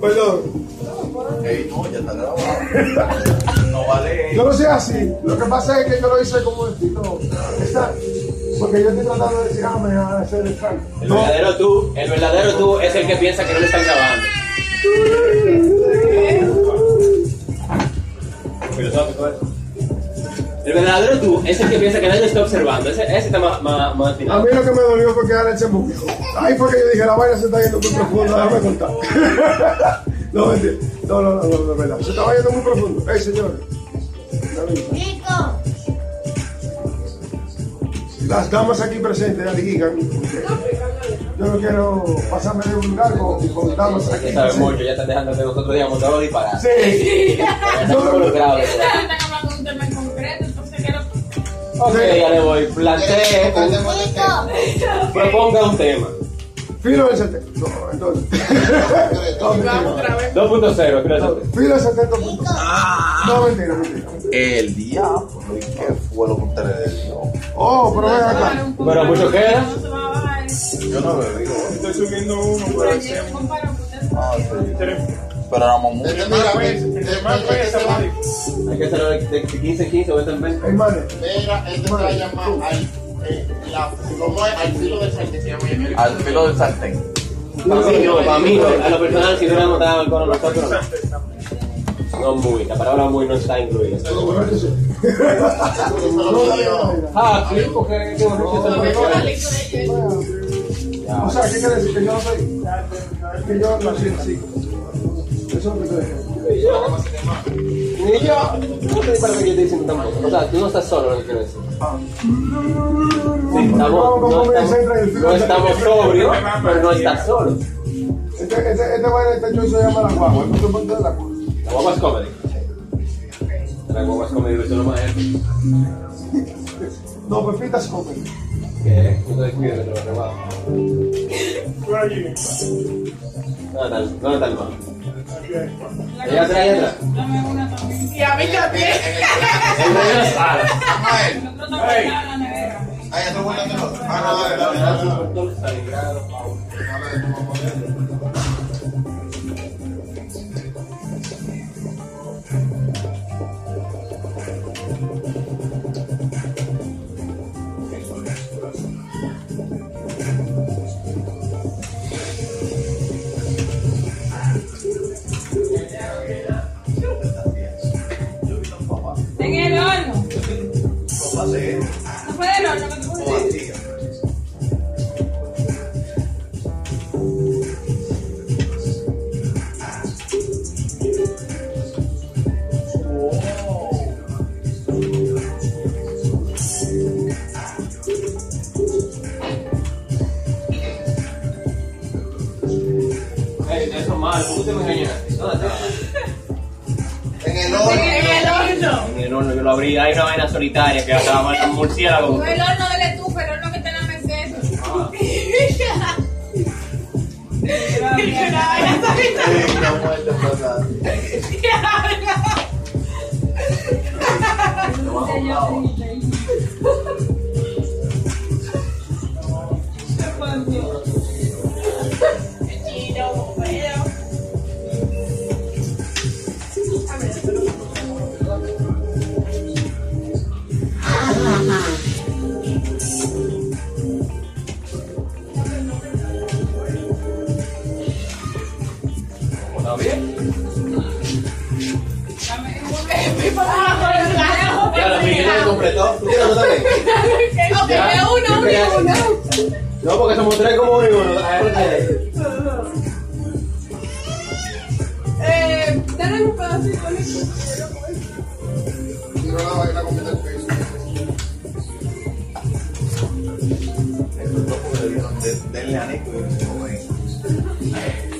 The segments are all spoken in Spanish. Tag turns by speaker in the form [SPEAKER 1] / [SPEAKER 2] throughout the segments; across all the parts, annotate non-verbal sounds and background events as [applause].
[SPEAKER 1] Perdón.
[SPEAKER 2] Ey, no, ya está grabado. No vale.
[SPEAKER 1] Yo no soy así. Lo que pasa es que yo lo hice como un estilo. Está, porque yo estoy tratando de decir, ah, me van a hacer el track.
[SPEAKER 3] El verdadero tú, el verdadero tú es el que piensa que no le están grabando. Filosófico eso. El verdadero tú es el que piensa que nadie lo está observando. Ese, ese está más, más, más
[SPEAKER 1] A
[SPEAKER 3] final.
[SPEAKER 1] mí lo que me dolió fue que Alex se movió. Ahí fue que yo dije, la vaina se está yendo muy profunda, déjame contar. [laughs] no, mentira. No, no, no, no, de verdad. Se estaba yendo muy profundo. Ey, señores.
[SPEAKER 4] Nico,
[SPEAKER 1] Las damas aquí presentes ya digan. Yo no quiero pasarme de un largo con damas aquí.
[SPEAKER 3] Ya saben mucho, ya están dejando que nosotros digamos todo disparado.
[SPEAKER 1] Sí.
[SPEAKER 3] Ya están involucrados.
[SPEAKER 5] Están hablando de un tema en concreto, entonces quiero.
[SPEAKER 3] Ok, ya le voy. Plantee, un-
[SPEAKER 4] Nico,
[SPEAKER 3] proponga un tema.
[SPEAKER 1] Filo del 70. No, entonces. No,
[SPEAKER 5] Vamos
[SPEAKER 1] mentira.
[SPEAKER 5] otra vez.
[SPEAKER 3] 2.0, creo que
[SPEAKER 1] Filo del 70. punto. No, mentira, mentira.
[SPEAKER 2] El diablo. ¿Y qué fue lo que ustedes dijeron?
[SPEAKER 1] Oh, pero ven acá.
[SPEAKER 3] Pero mucho queda.
[SPEAKER 5] No se va a bajar.
[SPEAKER 2] Yo no bebí.
[SPEAKER 6] Estoy subiendo
[SPEAKER 3] Ah,
[SPEAKER 6] uno por
[SPEAKER 5] Pero
[SPEAKER 6] el
[SPEAKER 5] yo
[SPEAKER 6] tema.
[SPEAKER 5] comparo con ustedes.
[SPEAKER 2] Ah, sí.
[SPEAKER 6] Tres-
[SPEAKER 2] Pero éramos
[SPEAKER 7] El
[SPEAKER 2] muchos.
[SPEAKER 7] tema era
[SPEAKER 6] tres-
[SPEAKER 7] el
[SPEAKER 6] el
[SPEAKER 7] tema-
[SPEAKER 6] más
[SPEAKER 7] el
[SPEAKER 6] pesa,
[SPEAKER 7] tema-
[SPEAKER 6] vale.
[SPEAKER 3] Hay que hacerlo de de 15 en 15 o de 20 en 20.
[SPEAKER 1] Hermano.
[SPEAKER 7] era- el tema era llamado este al- eh, la- ¿cómo es? Al filo del sartén se llama el-
[SPEAKER 2] Al filo del sartén.
[SPEAKER 3] Para mí no, para mí no. A lo personal, si no le hemos dado alcohol a nosotros, no. No muy, la palabra muy no está incluida.
[SPEAKER 1] No, no, no.
[SPEAKER 3] Ah, sí, porque es
[SPEAKER 5] Lo veo con la lectura de ellos.
[SPEAKER 1] O sea, ¿qué quiere decir? Que yo no soy. Que yo no soy así. Eso es lo que te digo.
[SPEAKER 3] Ni yo, ni yo. No sé para qué yo estoy diciendo tampoco. O sea, tú no estás solo, lo que quiero decir. Sí, estamos, no, estamos, no estamos sobrios, pero no estás solo.
[SPEAKER 1] Este, este, este baile de techo se llama la guagua. No te ponte de la guagua.
[SPEAKER 3] La guagua es comedy. La guagua es comedy, versión más épica.
[SPEAKER 1] No, pues, pepitas comen.
[SPEAKER 3] Que no te descuides de la guagua.
[SPEAKER 6] Por allí.
[SPEAKER 3] No está el- no está el mal. Allá atrás, allá atrás.
[SPEAKER 5] Dame una también.
[SPEAKER 7] Y a mí también.
[SPEAKER 3] El rey de las alas.
[SPEAKER 7] Rafael,
[SPEAKER 5] El otro también está en la nevera.
[SPEAKER 7] ahí está bueno, no. Ah, no, dale, dale, dale, dale.
[SPEAKER 5] En el horno.
[SPEAKER 2] Papá de él.
[SPEAKER 5] No fue del horno que tú pusiste.
[SPEAKER 3] Ey, eso es malo, ¿cómo te me engañaste? No, no.
[SPEAKER 7] En el horno.
[SPEAKER 5] En el horno.
[SPEAKER 3] En el horno yo lo abrí, hay una vaina solitaria que estaba mal con murciélago.
[SPEAKER 5] No el horno de la estufa, el horno que está en la meseta.
[SPEAKER 3] Ah.
[SPEAKER 5] [laughs]
[SPEAKER 2] Venga, muerte, papá.
[SPEAKER 3] ¿Está bien? Ya lo primero lo completó. ¿Tú tienes otra vez? Ya.
[SPEAKER 5] uno,
[SPEAKER 3] ¿Qué
[SPEAKER 5] uno,
[SPEAKER 3] crees?
[SPEAKER 5] uno.
[SPEAKER 3] No, porque somos tres como uno y uno. A ver, dale.
[SPEAKER 5] Eh, dale un pedacito, Nico.
[SPEAKER 7] No, no, ahí la comida del piso.
[SPEAKER 2] Estos locos le dieron, de- denle a Nico y yo digo, ven.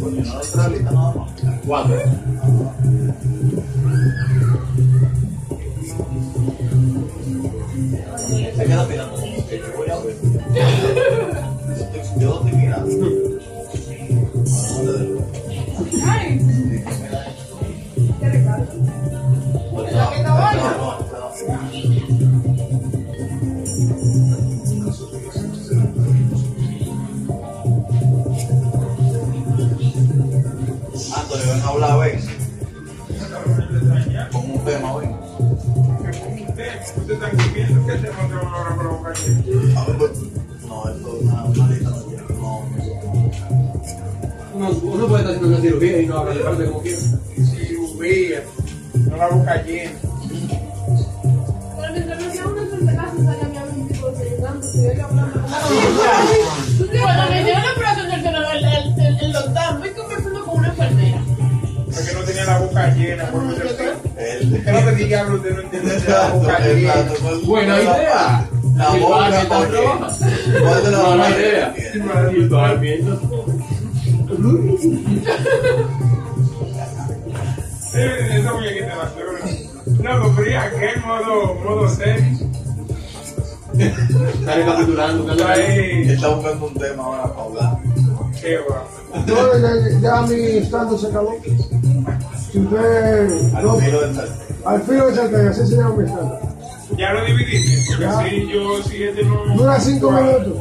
[SPEAKER 2] Coño, no lo trae, no, no.
[SPEAKER 3] ¿Cuándo?
[SPEAKER 2] Se queda mirando como que yo voy a ver. Yo- Yo te mirando.
[SPEAKER 5] Ay, qué regalo.
[SPEAKER 2] Bueno,
[SPEAKER 5] que está bueno.
[SPEAKER 2] no, no, no.
[SPEAKER 5] Ay,
[SPEAKER 2] Ah,
[SPEAKER 6] Ustedes están comiendo, ¿qué hacemos de una hora para un cachete?
[SPEAKER 2] pues, No, esto es una maleta suya. No,
[SPEAKER 3] Uno, uno puede estar haciendo una cirugía y no habla de parte como quiera.
[SPEAKER 6] Cirugía. No la boca llena.
[SPEAKER 5] Pero mientras me hacía una solterazo, salía mi amigo y tipo, saludando, se veía hablando como así. ¿Tú qué
[SPEAKER 8] Cuando me
[SPEAKER 5] haces?
[SPEAKER 8] hicieron la operación del cerebro, el, el, el, el lockdown, fui conversando con una enfermera.
[SPEAKER 6] Porque no tenía la boca llena. Por lo que- ¿Qué no te diablo usted no entiende de la boca llena?
[SPEAKER 2] Exacto.
[SPEAKER 3] Buena idea.
[SPEAKER 2] La
[SPEAKER 3] El
[SPEAKER 2] boca,
[SPEAKER 3] bar que está
[SPEAKER 2] ¿por qué?
[SPEAKER 3] roja.
[SPEAKER 2] ¿Cuál de las
[SPEAKER 3] Buena
[SPEAKER 2] bolas?
[SPEAKER 3] idea. Y el bar viendo.
[SPEAKER 6] Sí, esa muñequita la suegra. No, pero ya que modo, modo ser.
[SPEAKER 3] Está recapitulando, buscando la idea.
[SPEAKER 6] Ahí,
[SPEAKER 2] Está buscando un tema ahora para hablar.
[SPEAKER 6] qué va.
[SPEAKER 1] Yo ya, ya mi estatus se acabó. Si usted no,
[SPEAKER 2] Al filo del sartén.
[SPEAKER 1] al filo de sartén, así se llama mi estatus.
[SPEAKER 6] Ya lo dividiste.
[SPEAKER 1] Ya.
[SPEAKER 6] Porque si yo siguiente no.
[SPEAKER 1] Dura cinco minutos.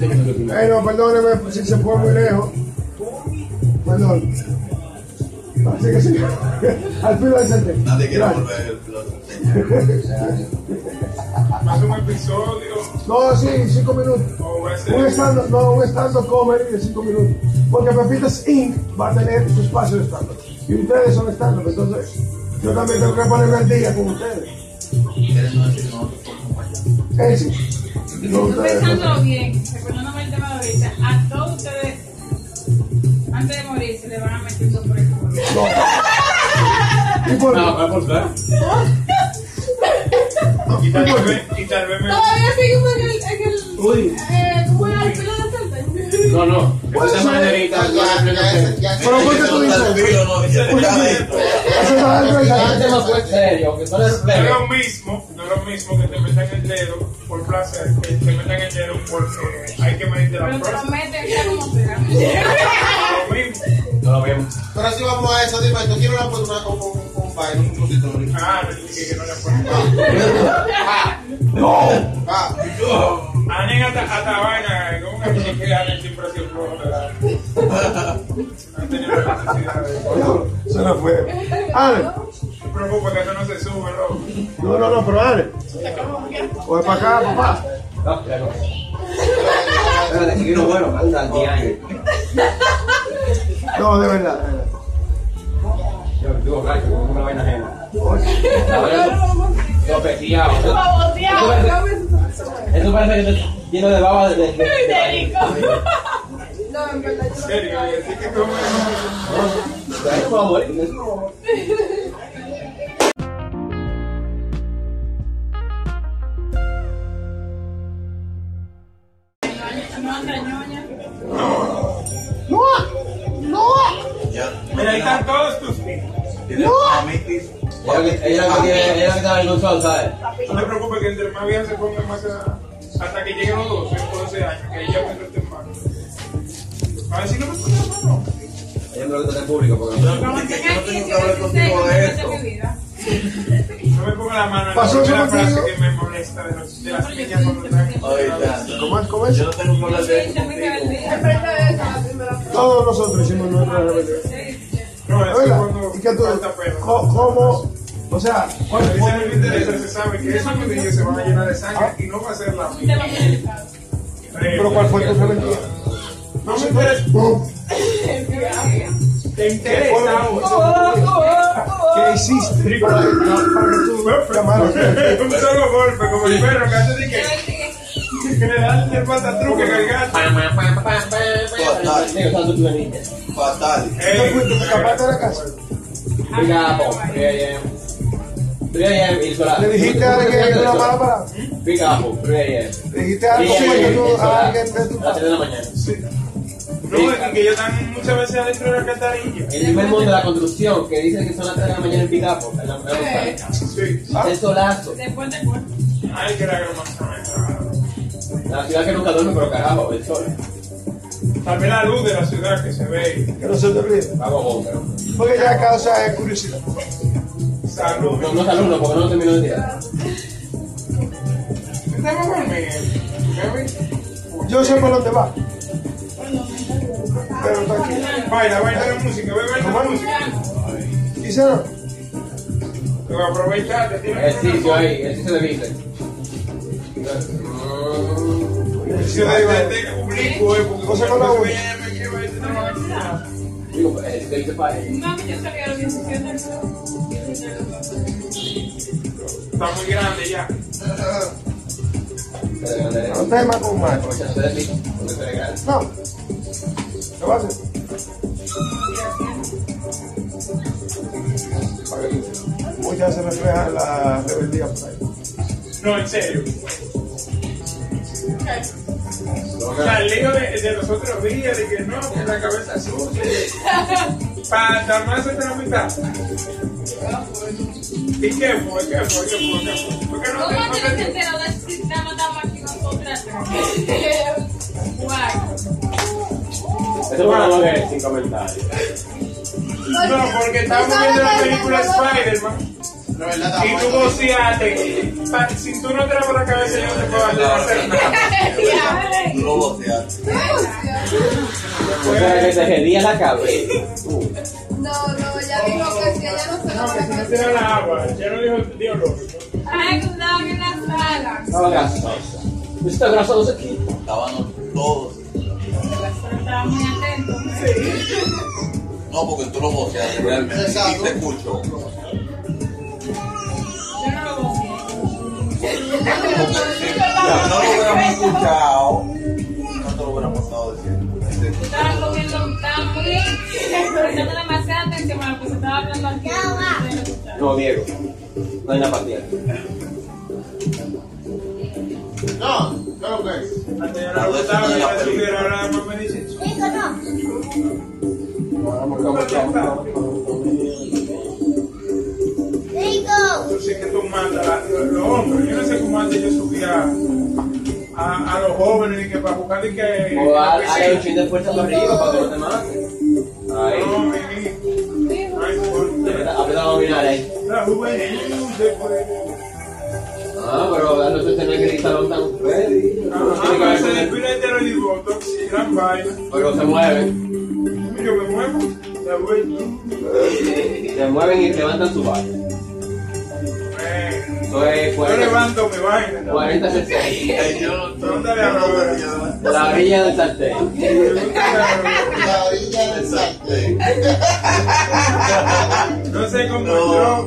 [SPEAKER 1] Eh, no, perdóneme si se fue muy lejos. Perdón. Así que sí. [laughs] al filo de sartén.
[SPEAKER 2] Nadie quiere
[SPEAKER 1] Gracias.
[SPEAKER 2] volver el filo del sartén.
[SPEAKER 6] Más un episodio.
[SPEAKER 1] No, sí, cinco minutos.
[SPEAKER 6] O va a ser.
[SPEAKER 1] Un stand no, un stand comedy de 5 minutos. Porque Pepitas Inc. va a tener su espacio de stand Y ustedes son stand entonces yo también tengo que ponerme al día con ustedes.
[SPEAKER 2] Quieren no decir nosotros por compañía.
[SPEAKER 1] Eh, sí. No,
[SPEAKER 5] Estoy
[SPEAKER 1] ustedes no.
[SPEAKER 5] pensándolo bien, recordándome el tema de ahorita. A todos ustedes, antes de morir, se le van a meter dos por el culo.
[SPEAKER 1] ¿Y por
[SPEAKER 3] No,
[SPEAKER 1] qué?
[SPEAKER 3] para cortar.
[SPEAKER 6] Y tal vez, y tal vez me.
[SPEAKER 5] Todavía seguimos en el. En el
[SPEAKER 3] Uy.
[SPEAKER 5] eh, ¿Cómo era el pelo de Santa?
[SPEAKER 3] No, no.
[SPEAKER 1] Puede
[SPEAKER 3] Esta
[SPEAKER 1] ser.
[SPEAKER 3] maderita,
[SPEAKER 7] Ya,
[SPEAKER 3] no,
[SPEAKER 7] ya,
[SPEAKER 3] no,
[SPEAKER 7] ya,
[SPEAKER 3] no.
[SPEAKER 7] es- ya es-
[SPEAKER 1] Pero ¿por qué tú
[SPEAKER 2] Al
[SPEAKER 1] dices?
[SPEAKER 2] filo, no, ya está adentro.
[SPEAKER 1] Eso es algo de
[SPEAKER 3] Este
[SPEAKER 1] la-
[SPEAKER 3] tema fue serio, que tú eres
[SPEAKER 6] No es
[SPEAKER 3] leve.
[SPEAKER 6] lo mismo, no es lo mismo que te metan el dedo por placer, que te metan el dedo porque hay que medir la
[SPEAKER 5] Pero te lo
[SPEAKER 6] fuerza.
[SPEAKER 5] meten, ya como será.
[SPEAKER 6] Lo mismo.
[SPEAKER 3] No lo vemos.
[SPEAKER 7] Pero si vamos a eso, dime, tú quieres una oportunidad con con- con un baile, un cosito bonito.
[SPEAKER 6] Ah, no dije que no le fuera.
[SPEAKER 7] Va.
[SPEAKER 6] Anen hasta, hasta vaina, como que tiene que Anen siempre ha sido flojo, ¿verdad? Han tenido la necesidad de.
[SPEAKER 1] No, Se la fue. Ale.
[SPEAKER 6] No te preocupes que eso no se sube, loco.
[SPEAKER 1] No, no, no, pero Ale. O es para acá, papá.
[SPEAKER 3] No, ya no. Espérate, que vino bueno, anda, diario.
[SPEAKER 1] No, de verdad. de verdad.
[SPEAKER 3] Yo me tuvo gacho, como una vaina ajena.
[SPEAKER 1] Oye,
[SPEAKER 3] La verdad, topeciado.
[SPEAKER 8] Baboseado.
[SPEAKER 3] Eso parece que está lleno de baba de. de- de-
[SPEAKER 8] Histérico.
[SPEAKER 5] No, en verdad, yo
[SPEAKER 6] En
[SPEAKER 5] no
[SPEAKER 6] serio, y así que como.
[SPEAKER 3] Ahí no puedo morir, eso no.
[SPEAKER 5] No anda ñoña.
[SPEAKER 2] Ya.
[SPEAKER 6] Mira, ahí están todos tus hijos.
[SPEAKER 2] Tienes mamitis.
[SPEAKER 3] Ella lo que ella lo que quiere- ella lo que estaba en sol, ¿sabes?
[SPEAKER 6] No te preocupes que entre más viejas se pongan más edad. Hasta que lleguen los ¿eh? 12 o 12 años, que ahí ya me estén mal. A ver si no me puse la mano.
[SPEAKER 3] Ella no lo que está en público, porque no.
[SPEAKER 2] Pero es que yo no tengo que hablar contigo de esto.
[SPEAKER 5] Yo
[SPEAKER 6] No me ponga la mano.
[SPEAKER 1] ¿Pasó
[SPEAKER 6] es
[SPEAKER 1] eso
[SPEAKER 6] la frase
[SPEAKER 1] contigo?
[SPEAKER 6] que me molesta de, los, de las niñas cuando están.
[SPEAKER 2] Ay, ya.
[SPEAKER 1] ¿Cómo es? ¿Cómo es?
[SPEAKER 2] Yo no tengo que hablar de esto
[SPEAKER 5] me quedé al
[SPEAKER 2] contigo.
[SPEAKER 5] día. Enfrente de eso, la
[SPEAKER 1] Todos nosotros hicimos nuestra rebelión.
[SPEAKER 6] No, es que
[SPEAKER 1] ¿Verdad?
[SPEAKER 6] cuando
[SPEAKER 1] ¿Y qué tú?
[SPEAKER 6] falta pelo.
[SPEAKER 1] co- ¿Cómo? O sea,
[SPEAKER 6] Cuando dicen el interés, se sabe que esos nudillos se van a llenar de sangre y no va a ser la misma.
[SPEAKER 5] primera.
[SPEAKER 1] ¿pero cuál fue tu rebelión?
[SPEAKER 6] No me interesa.
[SPEAKER 1] ¡Bum!
[SPEAKER 6] Te interesa
[SPEAKER 1] ¿Qué hiciste?
[SPEAKER 6] Rico. pues. Un solo golpe, como el perro que antes de que, que le dan el patatruque que el gato.
[SPEAKER 2] Fatal.
[SPEAKER 3] Digo, está súper bien.
[SPEAKER 2] Fatal.
[SPEAKER 1] ¿Qué
[SPEAKER 6] Ey, pues,
[SPEAKER 1] fuiste? ¿Te escapaste de la casa?
[SPEAKER 3] Pica, po, 3 AM. 3 AM y solar.
[SPEAKER 1] ¿Le dijiste a alguien que una mala palabra?
[SPEAKER 3] Pica, po, 3 AM.
[SPEAKER 1] ¿Le dijiste algo
[SPEAKER 3] Sí,
[SPEAKER 1] que tú a
[SPEAKER 3] solar.
[SPEAKER 1] alguien de tu
[SPEAKER 3] A las
[SPEAKER 1] casa?
[SPEAKER 3] tres de la mañana.
[SPEAKER 6] No, es que yo están muchas veces adentro de la catarilla.
[SPEAKER 3] El primer mundo de la construcción, que dicen que son las 3 de la mañana en Picapo, en la mujer
[SPEAKER 6] Sí.
[SPEAKER 1] Ah.
[SPEAKER 3] Es solazo.
[SPEAKER 5] Después del cuerpo.
[SPEAKER 6] Ay, que la gran
[SPEAKER 3] La ciudad que nunca duerme, pero carajo, el sol.
[SPEAKER 6] También la luz de la ciudad que se ve.
[SPEAKER 1] Que no se te olvide.
[SPEAKER 3] Vago bomba.
[SPEAKER 1] Porque ya causa es curiosidad.
[SPEAKER 6] Salud.
[SPEAKER 3] No, no es alumno, porque no terminó el día.
[SPEAKER 6] Estamos conmigo.
[SPEAKER 1] Yo sé por dónde va. Pero tranquilo.
[SPEAKER 6] Baila, baila la música, ve, baila la música.
[SPEAKER 1] ¿Hicieron?
[SPEAKER 6] Tú Tú aprovechas, te tienes que
[SPEAKER 3] Ejercicio ahí, ejercicio de bíceps. Mm.
[SPEAKER 1] Ejercicio de bíceps.
[SPEAKER 6] Este oblicuo, eh, porque
[SPEAKER 1] Cosa con la
[SPEAKER 6] cosa que
[SPEAKER 1] uña.
[SPEAKER 6] ella me lleva, este no va a caminar.
[SPEAKER 3] Digo, pues, ejercicio de bíceps para él.
[SPEAKER 5] Mami, yo sabía lo que se siente el cuerpo.
[SPEAKER 6] Está muy grande ya.
[SPEAKER 1] No te más con más.
[SPEAKER 3] Aprovechando de ti, porque tú eres grande.
[SPEAKER 1] No. ¿Qué va a hacer? Muchas se refleja la rebeldía por ahí.
[SPEAKER 6] No, en serio. O sea, el lío de, de los otros días, de que no, que la cabeza sucia. Para tomarse hasta la mitad. ¿Y qué fue? ¿Qué fue? ¿Qué fue? ¿Qué fue? ¿Por qué no te-
[SPEAKER 5] ¿Cómo
[SPEAKER 6] no
[SPEAKER 5] te lo
[SPEAKER 6] te-
[SPEAKER 5] que entero de si te mataba aquí nosotras? Guay.
[SPEAKER 3] Eso fue lo que sin comentarios.
[SPEAKER 6] No, porque estábamos viendo la película Spider-Man
[SPEAKER 7] No, ¿verdad?
[SPEAKER 6] y tú goceaste. Pa- Si tú no te la la cabeza, yo no te puedo ayudar a hacer nada. [laughs]
[SPEAKER 5] Ya,
[SPEAKER 2] No boceaste.
[SPEAKER 3] O sea, que te hedía la cabeza.
[SPEAKER 8] No, no, ya dijo que si ella no se
[SPEAKER 6] No,
[SPEAKER 8] lo
[SPEAKER 6] que si no
[SPEAKER 8] merece.
[SPEAKER 6] te da la agua, ya no dijo Dios lógico.
[SPEAKER 5] Ay, que andaba en la sala.
[SPEAKER 3] No, grasosa. Está grasosa aquí.
[SPEAKER 2] Estaban todos.
[SPEAKER 5] Estaba muy atento.
[SPEAKER 2] No, porque tú lo boceaste realmente. Y te escucho.
[SPEAKER 5] Yo no lo voy
[SPEAKER 2] No lo hubiéramos escuchado. No te lo hubiéramos estado diciendo.
[SPEAKER 5] Estaban comiendo tan muy. Prestando demasiada atención a lo que se estaba hablando aquí.
[SPEAKER 3] No, Diego. No hay una partida.
[SPEAKER 7] No, no lo es.
[SPEAKER 6] La señora Gustavo, la señora ahora más me dice.
[SPEAKER 4] Rico, no. Rico.
[SPEAKER 6] Yo sé que tú mandas a los hombres. Yo no sé cómo antes yo subía a, a los jóvenes y que para buscar y que.
[SPEAKER 3] O a- a
[SPEAKER 6] que-
[SPEAKER 3] los chin de fuerza para arriba para que no te maten.
[SPEAKER 6] No,
[SPEAKER 3] Ahí.
[SPEAKER 6] mi niño. Ay, por-
[SPEAKER 3] Apreta a dominar ahí.
[SPEAKER 6] La juventud de pueblo.
[SPEAKER 3] Ah, pero a nosotros tenemos que ir salón tan ready.
[SPEAKER 6] Ajá, pero se despide de los devotos. Gran vaina.
[SPEAKER 3] Pero se mueven.
[SPEAKER 6] Yo me muevo. La vuelta.
[SPEAKER 3] Se mueven y levantan su barra.
[SPEAKER 6] Eh,
[SPEAKER 3] Eso es
[SPEAKER 6] Yo
[SPEAKER 3] 40,
[SPEAKER 6] levanto mi vaina.
[SPEAKER 3] 40 60.
[SPEAKER 6] Pregúntale a Robert.
[SPEAKER 3] La orilla del sartén.
[SPEAKER 6] Pregúntale a Robert.
[SPEAKER 7] La orilla del sartén.
[SPEAKER 6] No sé cómo
[SPEAKER 2] No.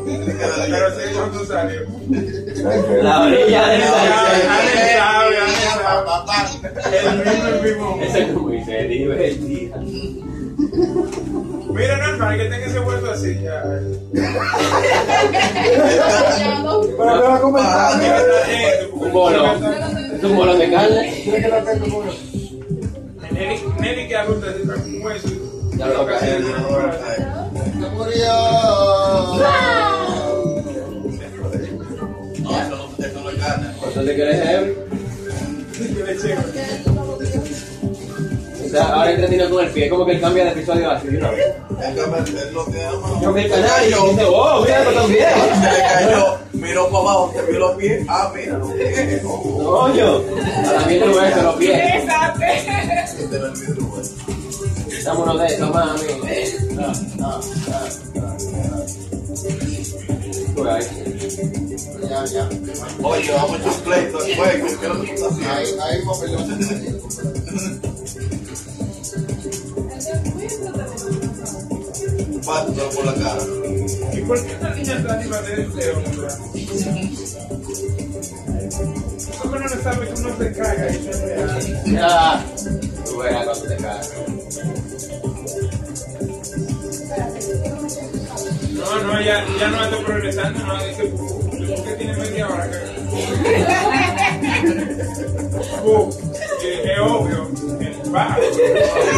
[SPEAKER 6] entró, pero sé cuándo salió.
[SPEAKER 3] La orilla del sartén.
[SPEAKER 6] Ale sabe, Ale
[SPEAKER 7] Papá,
[SPEAKER 6] sabe.
[SPEAKER 7] papá.
[SPEAKER 6] El mismo, el mismo.
[SPEAKER 3] Esa es muy serio, divertida.
[SPEAKER 6] Mira, no, para que tenga ese vuelto así ya.
[SPEAKER 1] Pero me va a
[SPEAKER 3] Ah,
[SPEAKER 1] comentar.
[SPEAKER 6] ¿Qué está haciendo?
[SPEAKER 3] Un bolón. Es un bolón de carne.
[SPEAKER 1] Mira que la tengo con
[SPEAKER 6] Nelly, Nelly que adulta se trajo un hueso. y-
[SPEAKER 3] Ya lo
[SPEAKER 6] que se le trajo para atrás.
[SPEAKER 7] Se murió.
[SPEAKER 2] No, eso no- eso no es carne.
[SPEAKER 3] Entonces, ¿qué eres heavy?
[SPEAKER 6] Yo le eché.
[SPEAKER 3] O sea, ahora entretenido con el pie. Como que él cambia de episodio así de una vez.
[SPEAKER 2] Es que me- es lo que ama.
[SPEAKER 3] Yo vi el canal y yo dije, wow, mira, lo tan bien.
[SPEAKER 2] Se le cayó, miró para abajo, se vio los pies. Ah, mira los pies. Oh,
[SPEAKER 3] Coño. Para mí no es los pies.
[SPEAKER 5] Exacto.
[SPEAKER 2] este era el vidrio, güey.
[SPEAKER 3] Dámonos de eso, mami. Por ahí.
[SPEAKER 7] Ya, ya.
[SPEAKER 2] Oye, vamos a echar un pleito al juego. ¿Qué es lo que tú estás haciendo?
[SPEAKER 7] Ahí, ahí, papelón.
[SPEAKER 2] Un pato te lo por la cara.
[SPEAKER 6] ¿Y por qué esta niña está animada de este hombre? ¿Cómo no lo sabe que uno se caga y se real?
[SPEAKER 3] Ya. Tú verás cuando te cagas.
[SPEAKER 6] No, no, ya, ya no ando progresando, no, dice, ¿por qué tiene media hora cagada? Uh, eh, es obvio, el bajo.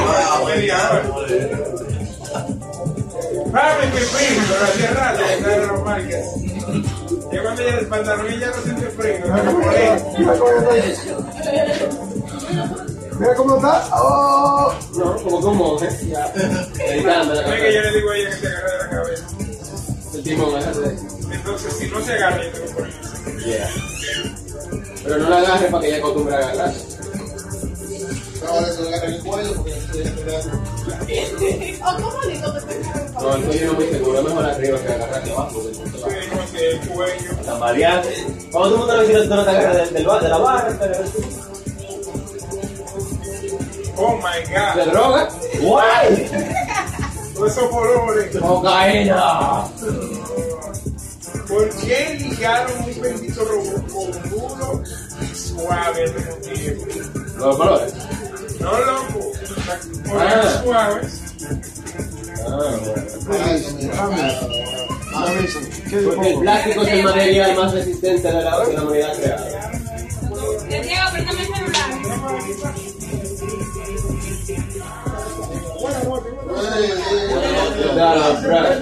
[SPEAKER 2] Ah,
[SPEAKER 6] Media hora.
[SPEAKER 2] bueno.
[SPEAKER 6] Párame, pipí, pero hacía rato que estaba en los marques. Yo cuando ya el pantalón ya no siente frío. ¿no? Por ahí.
[SPEAKER 1] Mira cómo está. Mira cómo está. Oh.
[SPEAKER 3] No, como que un monje. Ya. Meditando la
[SPEAKER 6] Es que
[SPEAKER 3] cabeza.
[SPEAKER 6] yo le digo a ella que se agarre de la cabeza.
[SPEAKER 3] El timón, ¿eh? déjate.
[SPEAKER 6] Entonces, si no se agarra, yo te lo pongo.
[SPEAKER 3] Pero no Ah, la agarres para que ella acostumbre a agarrar.
[SPEAKER 7] No, acabo de colgar el cuello porque estoy en el
[SPEAKER 8] ¿O cómo le comentaste?
[SPEAKER 3] No, el cuello no muy seguro, es mejor arriba que agarrar de abajo. porque no te va
[SPEAKER 6] Sí, como que el cuello.
[SPEAKER 3] a Tambalear. Cuando tú montas la bicicleta, tú no te agarras del, del bar- de la barra, te agarras tú.
[SPEAKER 6] Oh my
[SPEAKER 3] ¿De
[SPEAKER 6] god.
[SPEAKER 3] droga? ¡Guay!
[SPEAKER 6] Eso por hombre.
[SPEAKER 3] ¡Cocaína!
[SPEAKER 6] ¿Por qué ligaron un bendito robot con duro y suave al mismo tiempo?
[SPEAKER 3] Los colores.
[SPEAKER 6] No, loco.
[SPEAKER 3] Ah.
[SPEAKER 6] Colores suaves.
[SPEAKER 3] Ah, bueno.
[SPEAKER 1] ¿Qué
[SPEAKER 3] ah, Porque el
[SPEAKER 1] dijo?
[SPEAKER 3] plástico es el material más resistente a la que la humanidad ha creado.
[SPEAKER 5] Te Diego, préstame el celular.
[SPEAKER 3] Dale, brother.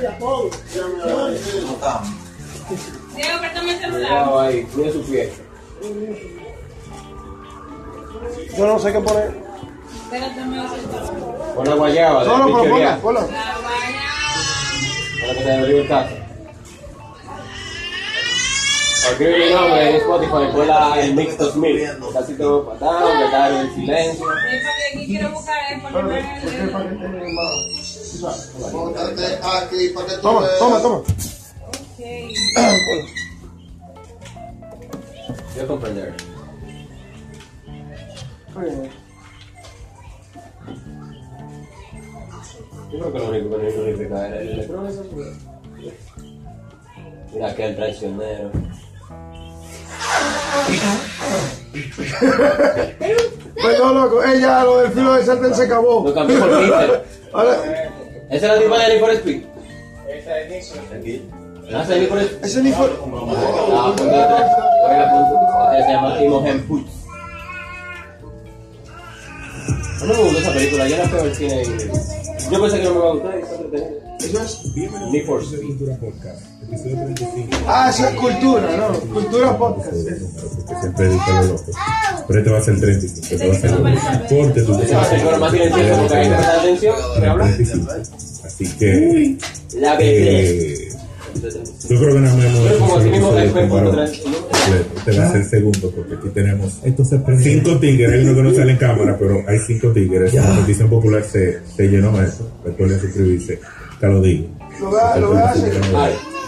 [SPEAKER 5] Diego, préstame el celular.
[SPEAKER 3] Cuidado ahí, mira su pie.
[SPEAKER 1] Yo no sé qué poner.
[SPEAKER 5] Espérate, me voy a soltar.
[SPEAKER 3] Pon la guayaba, de
[SPEAKER 1] No, no, pero
[SPEAKER 3] pichería,
[SPEAKER 1] ponla, ponla.
[SPEAKER 5] La guayaba.
[SPEAKER 3] para que te derribe el caso. Escribe mi nombre en Spotify, fue la, el Mix 2000. Casito Patán, Betardo del Silencio.
[SPEAKER 5] Es porque aquí quiero buscar, es porque me-
[SPEAKER 7] Póntate aquí para que tú
[SPEAKER 1] Toma,
[SPEAKER 7] veas.
[SPEAKER 1] toma, toma.
[SPEAKER 5] Ok.
[SPEAKER 3] Yo comprender. Yo creo que lo único que no hizo que caer el electrón eso fue. Mira aquel traicionero.
[SPEAKER 1] Pues no, loco, ella lo del filo de sartén se acabó.
[SPEAKER 3] Lo cambió por Twitter.
[SPEAKER 1] [laughs] Ahora,
[SPEAKER 3] ¿Esa es la tipa de Need for Speed?
[SPEAKER 6] Esa es Nixon.
[SPEAKER 3] ¿La hace Need for Speed?
[SPEAKER 1] ese ni fue.
[SPEAKER 3] Ah, pues no, oiga, pues, se llama Imogen Putz. A mí no me gustó esa película, yo la fui al cine y... Yo pensé que no me iba a gustar y está entretenida.
[SPEAKER 1] Eso es.
[SPEAKER 3] Need for Speed.
[SPEAKER 1] Ah, eso es cultura, ¿no? Cultura podcast. eso.
[SPEAKER 9] Siempre dice lo loco. Pero este va a ser el 35, este va a ser el corte, tú
[SPEAKER 3] Esa va a ser con más silencio porque hay que prestar atención. ¿Me
[SPEAKER 9] el
[SPEAKER 3] hablas?
[SPEAKER 9] 35. Así que,
[SPEAKER 3] La que...
[SPEAKER 9] eh, yo creo que nos vemos
[SPEAKER 3] Pero como así mismo que fue por
[SPEAKER 9] completo.
[SPEAKER 3] detrás, ¿no?
[SPEAKER 9] Este va a ser el segundo, porque aquí tenemos cinco tigres. Hay uno que no sale en cámara, pero hay cinco tigres. La noticia popular se, se llenó eso. Recuerden suscribirse, te lo digo.
[SPEAKER 1] Lo voy a- lo voy a hacer.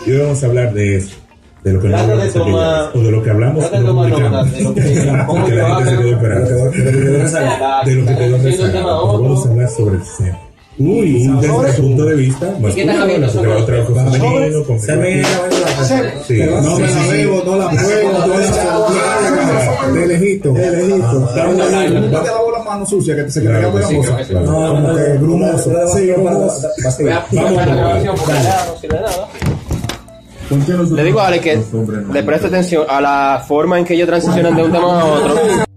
[SPEAKER 9] Y hoy vamos a hablar de eso, de lo que no
[SPEAKER 3] Trata de
[SPEAKER 9] hablamos aquella
[SPEAKER 3] tomar-
[SPEAKER 9] vez, o de lo que hablamos
[SPEAKER 3] trata de tomar
[SPEAKER 9] publicamos.
[SPEAKER 3] nota de lo que- cómo
[SPEAKER 9] Porque
[SPEAKER 3] que
[SPEAKER 9] la
[SPEAKER 3] va,
[SPEAKER 9] gente se
[SPEAKER 3] pero-
[SPEAKER 9] quedó esperando,
[SPEAKER 3] Exacto.
[SPEAKER 9] de lo que
[SPEAKER 3] Está
[SPEAKER 9] quedó
[SPEAKER 3] haciendo el tema
[SPEAKER 9] rezagado.
[SPEAKER 3] otro.
[SPEAKER 9] Vamos a hablar sobre el sexo. Uy, un desde el punto de vista
[SPEAKER 3] estás
[SPEAKER 9] masculino,
[SPEAKER 3] hablando
[SPEAKER 9] porque
[SPEAKER 3] sobre
[SPEAKER 9] va a traer cosas
[SPEAKER 1] sobre-
[SPEAKER 9] femeninas, con-
[SPEAKER 1] Hacer.
[SPEAKER 9] Sí, no me la bebo, no la pruebo, no la De lejito. De lejito.
[SPEAKER 10] No te lavo las manos sucias que te se quedan
[SPEAKER 9] Claro que
[SPEAKER 10] con la
[SPEAKER 9] sí,
[SPEAKER 10] moza.
[SPEAKER 9] creo que sí.
[SPEAKER 10] No, no, no, grumoso. Sí, grumoso.
[SPEAKER 3] Vea, para la
[SPEAKER 9] Vamos por ahí.
[SPEAKER 3] grabación, porque
[SPEAKER 9] Dale.
[SPEAKER 3] nada, no sirve de nada.
[SPEAKER 9] Le digo a Ale que le preste
[SPEAKER 3] atención a la forma en que ellos transicionan de un tema a otro.